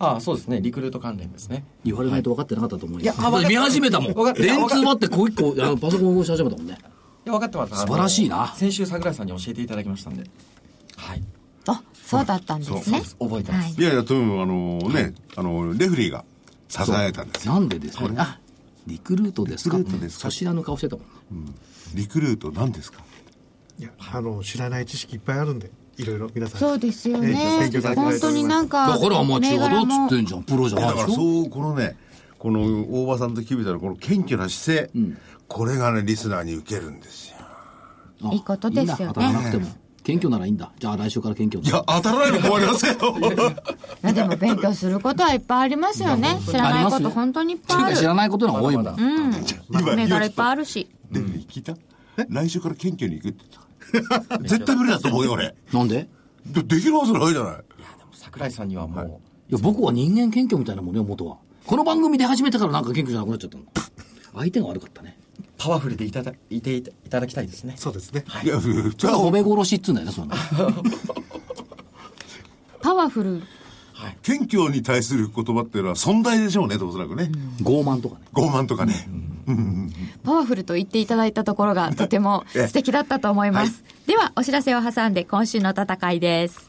D: ああ、そうですね。リクルート関連ですね。
B: 言われないと分かってなかったと思うよ、
D: いやあ分かっ
B: 見始めたもん
D: 分かった
B: 電通だってこう一個あのパソコンを動かし始めたもんね
D: いや、分かってます。
B: 素晴らしいな
D: あの先週、桜井さんに教えていただきましたんで。はい。
A: あ、そうだったんですね。
D: 覚えてます。
E: いやいや、とも、あのね、あの、レフェリーが支えたんですよ。
B: なんでですかねあリクルートですか
E: リクルートですか
B: 粗品の顔してたもんね
E: リクルート何ですか
C: いやあの知らない知識いっぱいあるんでいろいろ皆さん
A: そうですよ
C: 勉
A: ね
C: 強さ。れて
A: 本当になんか、
B: だからまあ違う
A: 銘
B: だ
A: 柄
B: っつ
A: も
B: ってんじゃんプロじゃ
E: いや
B: な
E: だ
B: い
E: か
B: で
E: ら
B: しょ
E: そうこのねこの大場さんとキビタのこの謙虚な姿勢、これがねリスナーに受けるんですよ
B: あ
A: いいことですよね
B: いいな当たらなくても謙虚ならいいんだじゃあ来週から謙虚
E: いや当たらないの困り ますよ
A: いやでも勉強することはいっぱいありますよね。知らないこと本当にいっぱい
B: っ
A: あ
B: ていう
A: る
B: か知。らないことの方が多いもん
D: まだ
A: うん。
E: 今
A: 銘柄いっぱいあ
E: る
A: るし。
E: で聞いた来週から謙虚に行くって言った 絶対無理だと思うよ俺
B: なんで
E: でできるはずないじゃない
D: 桜井さんにはもう、
B: いや僕は人間謙虚みたいなもんね元はこの番組で始めてからなんか謙虚じゃなくなっちゃったの 相手が悪かったね
D: パワフルでいただいていたいただきたいですね。
C: そうですね
E: いやじ
B: そ
E: ゃ
B: れは
E: あ
B: 褒め殺しっつうんだよねその
A: パワフル。
E: 謙虚に対する言葉っていうのは存在でしょうねとおそらくね、
B: 傲慢とかね
E: 傲慢とかね、
A: パワフルと言っていただいたところがとても素敵だったと思います。では、お知らせを挟んで今週の戦いです。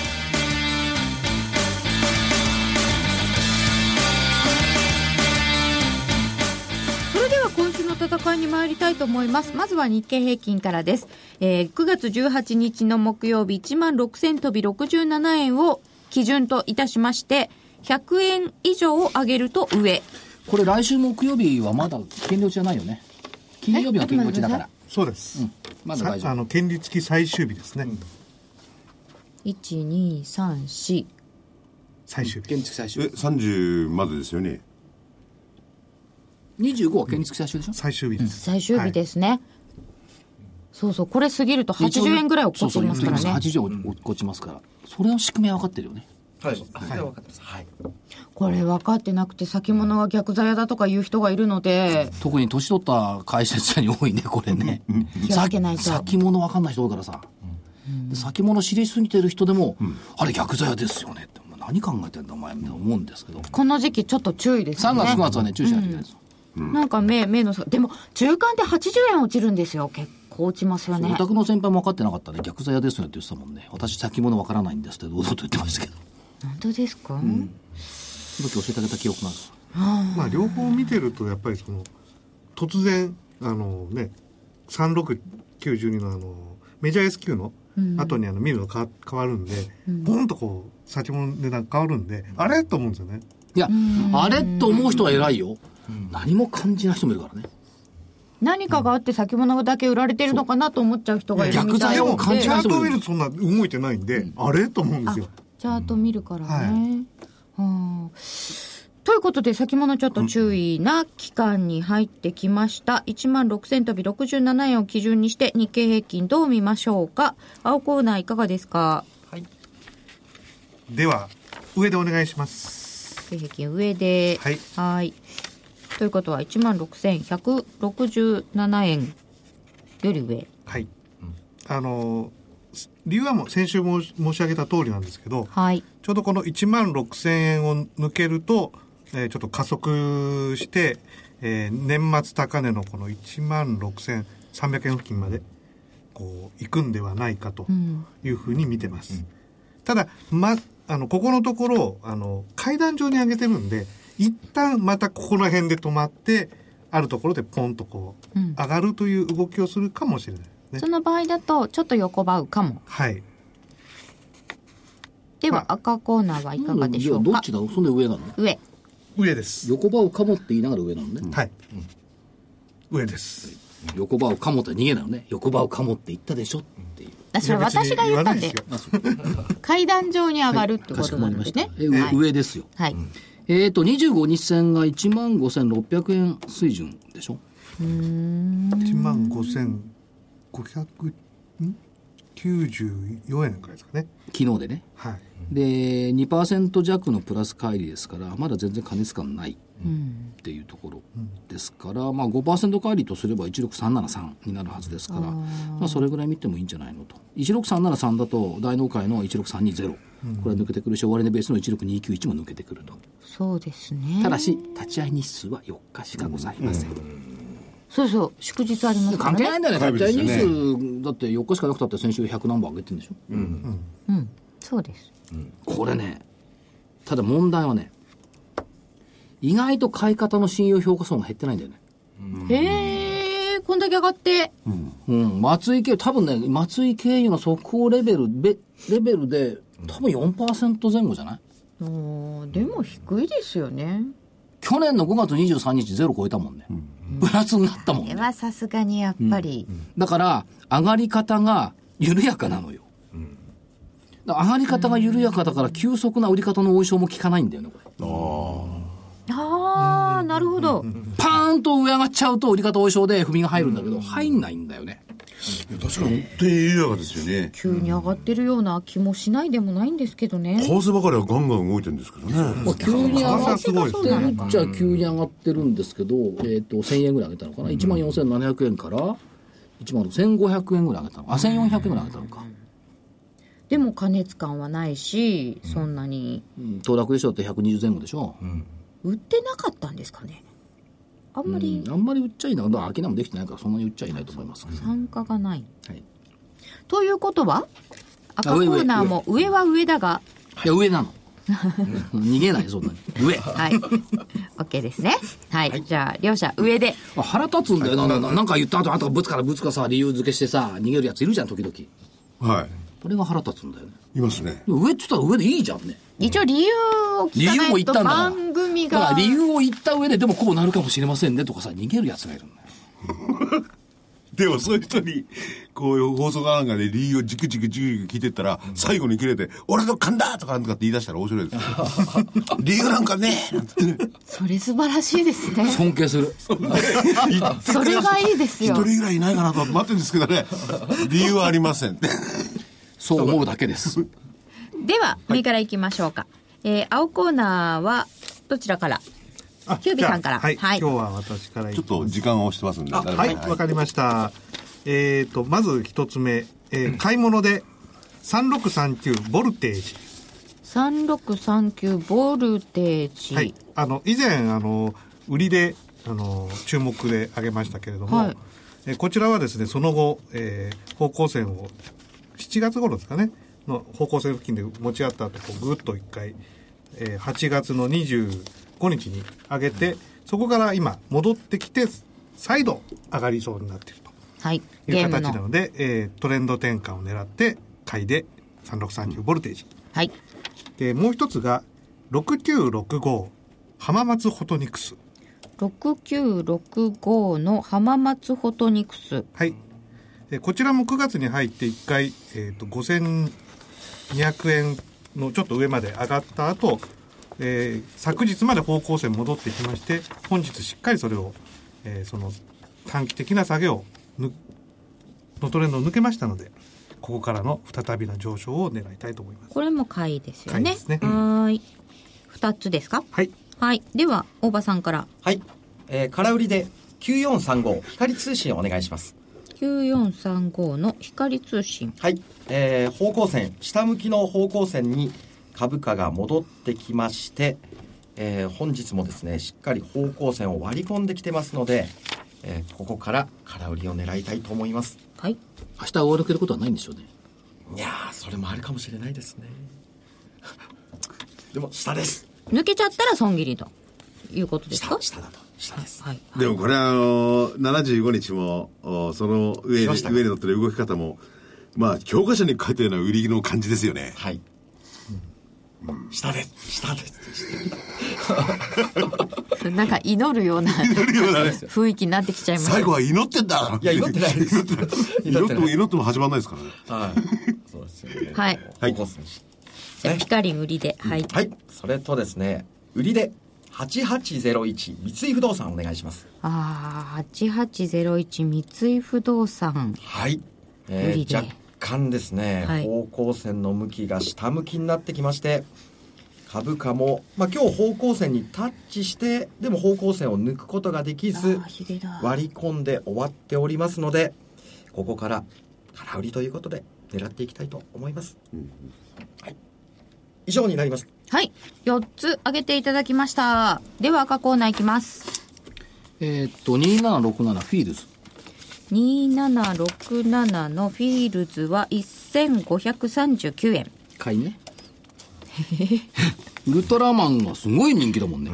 A: それでは今週の戦いに参りたいと思います。まずは日経平均からです。えー9月18日の木曜日、1万6000飛び67円を基準といたしまして、100円以上を上げると上。
F: これ来週木曜日はまだ権利落ちじゃないよね金曜日は権利落ちだから
C: そうです、
F: まだ大丈
C: さあ
F: 夫
C: の権利付き最終日ですね、
A: 1、2、3、4。
C: 最終日
F: 権利付き最
E: え
F: 終
E: 30までですよね
F: 25は権利付き最終でしょ
C: 最終日です、
A: 最終日ですね。そうそう、これ過ぎると80円ぐらい落っこちますから
F: そ
A: ね。
F: うそう言ってます80落っこちますからそれの仕組みは分かってるよね
D: はい。それは分かってます。はい。
A: これ分かってなくて先物は逆ざやだとかいう人がいるので、
F: 特に年取った解説者に多いねこれね
A: 気をつけないと
F: さ先物分かんない人多いからさ、で先物知りすぎてる人でも、あれ逆座屋ですよねってお前何考えてんだお前って思うんですけど、
A: この時期ちょっと注意です
F: 3
A: よね。
F: 月9月はね注意しないといけないですよ、
A: なんか目、目のさ、でも中間で80円落ちるんですよ。結構落ちますよ
F: お
A: ね。
F: 宅の先輩も分かってなかったね逆座屋ですよねって言ってたもんね私先物分からないんですって堂々と言ってましたけど
A: 本当ですか、
F: その時教えてあげた記憶がある
C: まあ、両方見てるとやっぱりその突然あのね36912のあのメジャー S q の後にあの見るの変わ変わるんで、ボンとこう先物の値段変わるんで、あれと思うんですよね
F: いやあれと思う人は偉いよ何も感じない人もいるからね
A: 何かがあって先物だけ売られてるのかなと思っちゃう人がいるみたい
F: 逆剤
C: で
A: な
F: を
C: も
A: の
C: チ
F: 感じな
C: ャ
F: い
C: ー
F: 人も
C: ト
F: い
C: 見
F: る
C: るとそんな動いてないんで、あれと思うんですよ
A: チャート見るからね。
C: は
A: はあということで、先物ちょっと注意な期間に入ってきました。1万6000飛び67円を基準にして日経平均どう見ましょうか青コーナーいかがですか
D: はい。
C: では上でお願いします
A: 日経平均上で。
C: はい
A: いということは1万6167円より上。
C: はい、あの理由はもう先週申し申し上げた通りなんですけど、
A: はい。
C: ちょうどこの1万6000円を抜けると、えーちょっと加速して、えー年末高値のこの1万6300円付近まで、こう、行くんではないかというふうに見てます。ただ、ま、あの、ここのところ、あの、階段上に上げてるんで、一旦またここら辺で止まって、あるところでポンとこう、
A: うん
C: 上がるという動きをするかもしれないです
A: そ
C: ね。
A: の場合だと、ちょっと横ばうかも。
C: はい。
A: で
C: ま
A: は、
C: あ
A: 赤コーナーはいかがでしょ
F: い
A: う
F: やど
A: か
F: っちだろうそんで上なの
A: 上。
C: 上です。
F: 横ばうかもって言いながら上なのね、
C: はい。上です。
F: 横ばうかもって逃げないのね横ばうかもって言ったでしょっていう
A: あそれ私が言ったん
C: いや
A: で
C: 別に言わないですよ。
A: 階段上に上がるってこ
F: かし
A: と
F: こ
A: な
F: ま
A: ん
F: りま
A: です
F: した、
A: ね。
F: え上
A: はい
F: 上ですよ
A: はい。
F: えー、と25日線が1万5600円水準でしょ
C: 1万5594円くらいですかね
F: 昨日でね
C: はい
F: で2%弱のプラス乖離ですからまだ全然過熱感ないっていうところですから、まあ、5%乖離とすれば16373になるはずですからまあ、それぐらい見てもいいんじゃないのと16373だと大納会の16320、これは抜けてくるし終値ベースの16291も抜けてくると
A: そうですね。
F: ただし立ち会い日数は4日しかございません、
A: そうそう、祝日ありますから
F: 関係ない
A: ね。
F: んだよね
E: はい
F: 立ち会い日数だって4日しかなくたって先週100何本上げてるんでしょ
A: うん。そうです。
F: これね、ただ問題はね、意外と買い方の信用評価損が減ってないんだよね。
A: へえ、こんだけ上がって。
F: うん、松井経由、多分ね、松井経由の速報レベル、べレベルで、多分4%前後じゃない
A: おーでも低いですよね。
F: 去年の5月23日ゼロ超えたもんね。プラスになったもん
A: これ
F: ね。
A: はさすがにやっぱり。
F: だから、上がり方が緩やかなのよ。だから上がり方が緩やかだから、急速な売り方の応償も効かないんだよね、これ。
A: ああ、なるほど。
F: パーンと上上がっちゃうと、売り方応償で踏みが入るんだけど、入んないんだよね。
E: 確かに、っていうやがですよね。
A: 急に上がってるような気もしないでもないんですけどね
E: 為。替ばかりはガンガン動いてるんですけどね。
B: まあ急に上
C: 為替
B: が
C: は
B: っ
C: すごいです
B: て
C: ね。
B: るっちゃ急に上がってるんですけど、えっと1000円ぐらい上げたのかな、1万4700円から1万1500円ぐらい上げたのかあ1400円ぐらい上げたのか、
A: でも加熱感はないし、そんなに
B: うん、当落でしょって120前後でしょ、
A: 売ってなかったんですかね。あんまり
B: うんあんまり売っちゃいないだから商いもできてないからそんなに売っちゃいないと思いますけど
A: 参加がない。
B: はい
A: ということは赤
B: あ
A: コ
B: 上上
A: ーナーも上は上だが、
B: いや上な の逃げないそんなに上
A: はい。OK ですね。はい。じゃあ、両者上で。
B: あ 腹立つんだよななななんか言った後あとぶつからぶつかさ理由付けしてさ逃げるやついるじゃん時々
E: はい。
B: これが腹立つんだよね
E: いますね。
B: でも上って言ったら上でいいじゃんね
A: 一応理由を聞
B: 理
A: か
B: 由も
A: な
B: 言
A: い
B: っ
A: と
B: たんだから
A: 番組
B: だ
A: が
B: から理由を言った上ででもこうなるかもしれませんねとかさ逃げるやつがいるんだよ
E: でもそういう人に、こういう放送かなんかで理由をじくじくじくじく聞いてったら、最後に切れて、俺の勘だとかなんとかって言い出したら面白いですよ。理由なんかねえなんて言ってね
A: それ素晴らしいですね
B: 尊敬する
E: 言ってくださ
A: それがいいですよ
E: 一人ぐらいいないかなと待ってるんですけどね、理由はありませんって。
B: そう思うだけです
A: では上からいきましょうか、えー青コーナーはどちらから
C: あ
A: キュービーさんから
C: じゃあはい。
A: はい
C: 今日は私からい
E: ちょっと時間を押してますんで。
C: あ
E: 誰か
C: はい、わ、かりました。えっ、と、まず一つ目、えー買い物で3639ボルテージ。
A: 3639ボルテージ、
C: はい、あの以前あの売りであの注目で挙げましたけれども、
A: はい
C: えこちらはですねその後、えー方向線を7月頃ですかねの方向線付近で持ち合った後こうぐっと1回、えー8月の25日に上げて、そこから今戻ってきて再度上がりそうになっている
A: はい
C: とい
A: ゲ
C: う
A: ーム
C: 形なの
A: の
C: で、えートレンド転換を狙って買いで3639ボルテージ。
A: はい
C: でもう一つが6965浜松フォトニクス
A: 6965の浜松フォトニクス
C: はいでこちらも9月に入って1回、えー、と5200円のちょっと上まで上がった後、えー昨日まで方向線戻ってきまして本日しっかりそれを、えーその短期的な下げをぬのトレンドを抜けましたのでここからの再びの上昇を狙いたいと思います。
A: これも買いですよ
C: 買い
A: ね
C: ですね
A: はーい2つですか
C: はい
A: はいでは大場さんから
D: はい。えー、空売りで9435光通信をお願いします。
A: 9435の光通信
D: はい。えー、方向線、下向きの方向線に株価が戻ってきまして、えー、本日もですね、しっかり方向線を割り込んできてますので、えー、ここから空売りを狙いたいと思います。
A: はい
B: 明日終わるけることはないんでしょうね
D: いやー、それもあるかもしれないですね。 でも、下です。
A: 抜けちゃったら損切りということですか
D: 下、下だと。下です。
A: はい
F: でもこれはあのー、75日も、おその上に、上に乗ってる動き方も、まあ、教科書に書いたような売りの感じですよね。
D: はい。下です。下です。
A: なんか 祈るような雰囲気になってきちゃいました
E: 最後は祈ってんだ
D: いや、祈ってないです。
E: 祈っても
D: い。
E: 祈っても始まらないですから ね。
D: はい。そうですよね。
A: はい
D: 方向線
A: じゃあピカリン売りではい、
D: はい、それとですね、売りで8801三井不動産お願いします。
A: ああ8801三井不動産
D: はい。
A: 売り
D: え
A: で
D: ー、若干ですね、
A: はい
D: 方向線の向きが下向きになってきまして、株価も、まあ、今日方向線にタッチして、でも方向線を抜くことができず
A: あーひでだ、
D: 割り込んで終わっておりますので、ここから空売りということで狙っていきたいと思います。はい。以上になります。
A: はい4つ挙げていただきましたでは赤コーナーいきます
B: えーっと2767フィールズ
A: 2767のフィールズは1539円
B: 買い ねウルトラマンがすごい人気だもんね、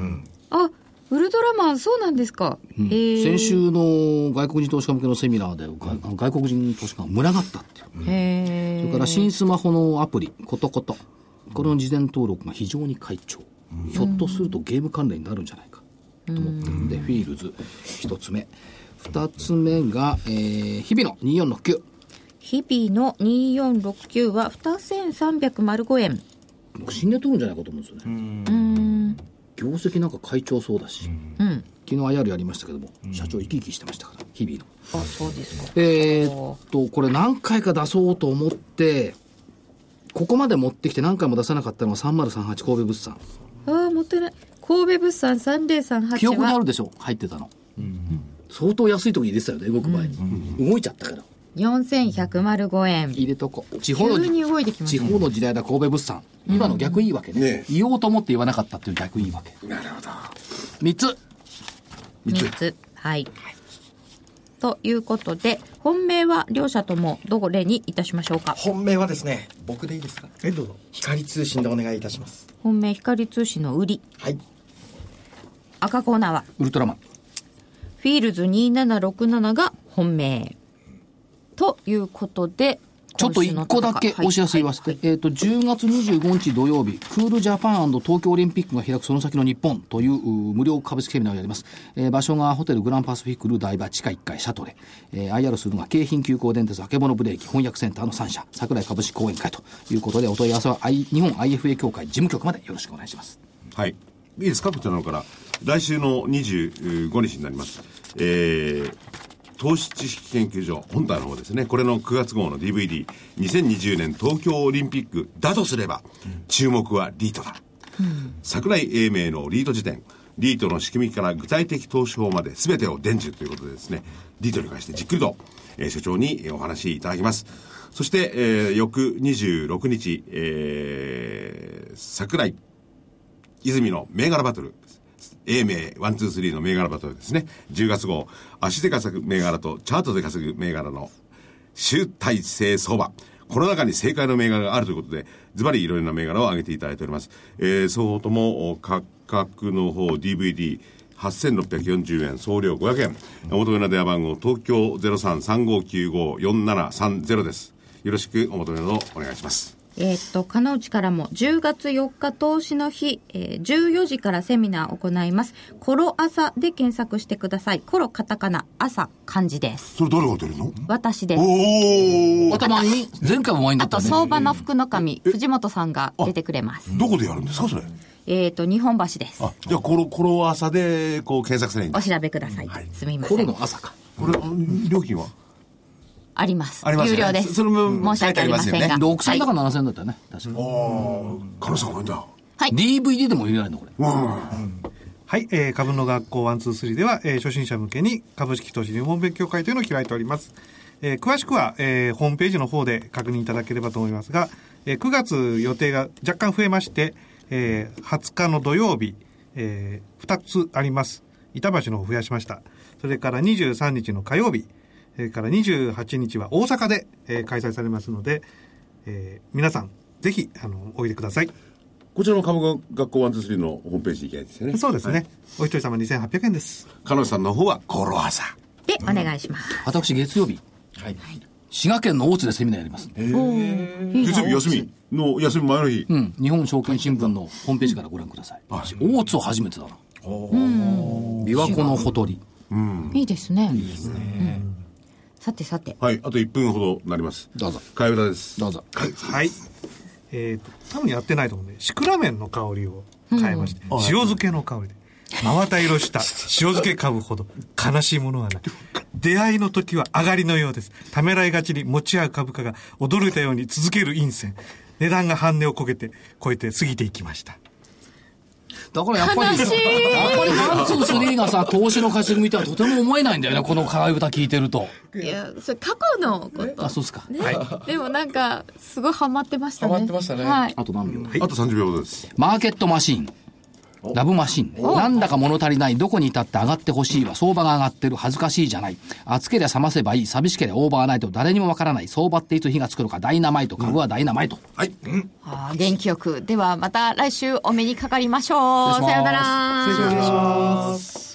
A: あウルトラマンそうなんですか、
B: うん
A: ー
B: 先週の外国人投資家向けのセミナーで、が外国人投資家が群がったっていう、
A: へ
B: それ
A: え
B: から新スマホのアプリコトコトこれの事前登録が非常に快調、ひょっとするとゲーム関連になるんじゃないかと思ってるんで、フィールズ1つ目2つ目が、えー、日々の2469
A: 日々の2469は2305円
B: 僕死んで取るんじゃないかと思うんですよね
A: うーん
B: 業績なんか快調そうだし、
A: うん
B: 昨日 IR やりましたけども、社長生き生きしてましたから、日々の。
A: あそうですか
B: えーっと、これ何回か出そうと思って、ここまで持ってきて何回も出さなかったのは3038神戸物産。
A: ああ持ってない神戸物産
B: 記
A: 3038
B: 憶にあ
A: は
B: るでしょ入ってたの。相当安い時に出てたよね、動く前に。動いちゃったから。
A: 4105円
B: 入れとこう。地方の
A: 急に動いてきま
B: 地
A: した
B: 方の時代だ神戸物産。今の逆言い訳ね。
E: ねえ
B: 言おうと思って言わなかったっていう逆言い訳。なるほど。3つ。
A: 3つはいということで本命は両者ともどれにいたしましょうか
D: 本命はですね僕でいいですか
C: えどうぞ
D: 光通信でお願いいたします
A: 本命光通信の売り
D: はい
A: 赤コーナーは
B: ウルトラマン。
A: フィールズ2767が本命ということで
B: ちょっと一個だけお知らせ言わせて、えっ、と、10月25日土曜日、クールジャパン東京オリンピックが開くその先の日本といううー無料株式セミナーをやります。えー場所がホテルグランパシフィックル台場地下1階シャトレ。えー IR するのが京浜急行電鉄、あけぼのブレーキ、翻訳センターの3社、桜井株式講演会ということで、お問い合わせは、I、日本 IFA 協会事務局までよろしくお願いします。
E: はい。いいですかこちらの方から。来週の25日になります。えー、投資知識研究所、本体の方ですね。これの9月号の DVD、2020年東京オリンピックだとすれば、注目はリートだ。桜井英明のリート辞典、リートの仕組みから具体的投資法まで全てを伝授ということでですね、リートに関してじっくりと、えー所長にえーお話しいただきます。そして、えー、翌26日、えー、桜井泉の銘柄バトル。英明123の銘柄バトルですね。10月号、足で稼ぐ銘柄とチャートで稼ぐ銘柄の集大成相場。この中に正解の銘柄があるということで、ズバリいろいろな銘柄を挙げていただいております。えー、双方ともお価格の方 DVD、8640円、送料500円。お求めの電話番号、東京0335954730です。よろしくお求めのほどお願いします。
A: えーっと、かのうちからも10月4日投資の日、えー14時からセミナーを行います。コロ朝で検索してください。コロカタカナ、朝漢字です。
E: それ誰が出るの
A: 私です。
E: おお
B: 頭に、前回もワイン
A: あ
B: だった
A: と、
B: ね。
A: 相場の福の神、藤本さんが出てくれます。
E: どこでやるんですか、それ。
A: えーっと、日本橋です。
E: あ、じゃあ、この、この朝で、こう、検索すればいいん
A: お
E: だ
A: 調べください。すみませ
B: コロ
A: ん
B: の。朝か。
E: これ、あ料金は
A: あります
E: あり。ます
A: 有
E: よね
A: 料です。
E: その分
A: 申し訳ありません
E: 書いて
A: が。
E: あ
B: 6000だ
A: は
B: か
A: い
B: 7000だったよね。確か
E: ああ、カノさんがいいんだ。
A: はい。
B: DVD でも入れないのこれ。
C: はい、えー株の学校123では、えー初心者向けに株式投資入門勉強会というのを開いております。えー詳しくは、えーホームページの方で確認いただければと思いますが、えー9月予定が若干増えまして、えー20日の土曜日、え2つあります。板橋の方を増やしました。それから23日の火曜日、それから28日は大阪で、えー開催されますので、えー皆さん、ぜひ、あの、おいでください。
E: こちらの株価学校ワンツースリーのホームページ行きたいですよね。
C: そうですね。お一人様2800円です。
E: カノさんの方は、コロ朝。
A: で、お願いします。
B: 私月曜日、
D: はい
B: 滋賀県の大津でセミナーやります。
E: 月曜日休みの、休み前の日。
B: うん、日本証券新聞のホームページからご覧ください。大津は初めてだな。琵琶湖のほとり。
A: いいですね。いいですね。さてさて。
E: はい、あと1分ほどなります。
B: どうぞ。
E: 替え歌です。
B: どうぞ。
C: はい。えっ、と、多分やってないと思うんで、シクラメンの香りを変えまして、塩漬けの香りで。真綿色した塩漬け株ほど悲しいものはない。出会いの時は上がりのようです。ためらいがちに持ち合う株価が驚いたように続ける陰線。値段が半値をこけて、超えて過ぎていきました。
B: だからやっぱり、やっぱりワンツースリーがさ、投資の勝ち組とはとても思えないんだよね、この替え歌聞いてると。
G: いやそれ過去のこと、
B: あ、そうっすか。
G: ねでもなんかすごいハマってましたね
D: ハマってましたね
G: はい、
B: あと何秒
E: あと30秒ほどです。
B: マーケットマシーン。ラブマシーン。なんだか物足りない。どこに至って上がってほしいは相場が上がってる。恥ずかしいじゃない。暑けりゃ冷ませばいい。寂しけりゃオーバーナイト。誰にもわからない。相場っていつ火がつくのか。ダイナマイト。株はダイナマイト。
E: はい。
G: あー元気よくではまた来週お目にかかりましょう
B: 失礼します
G: さようなら
E: 失礼します。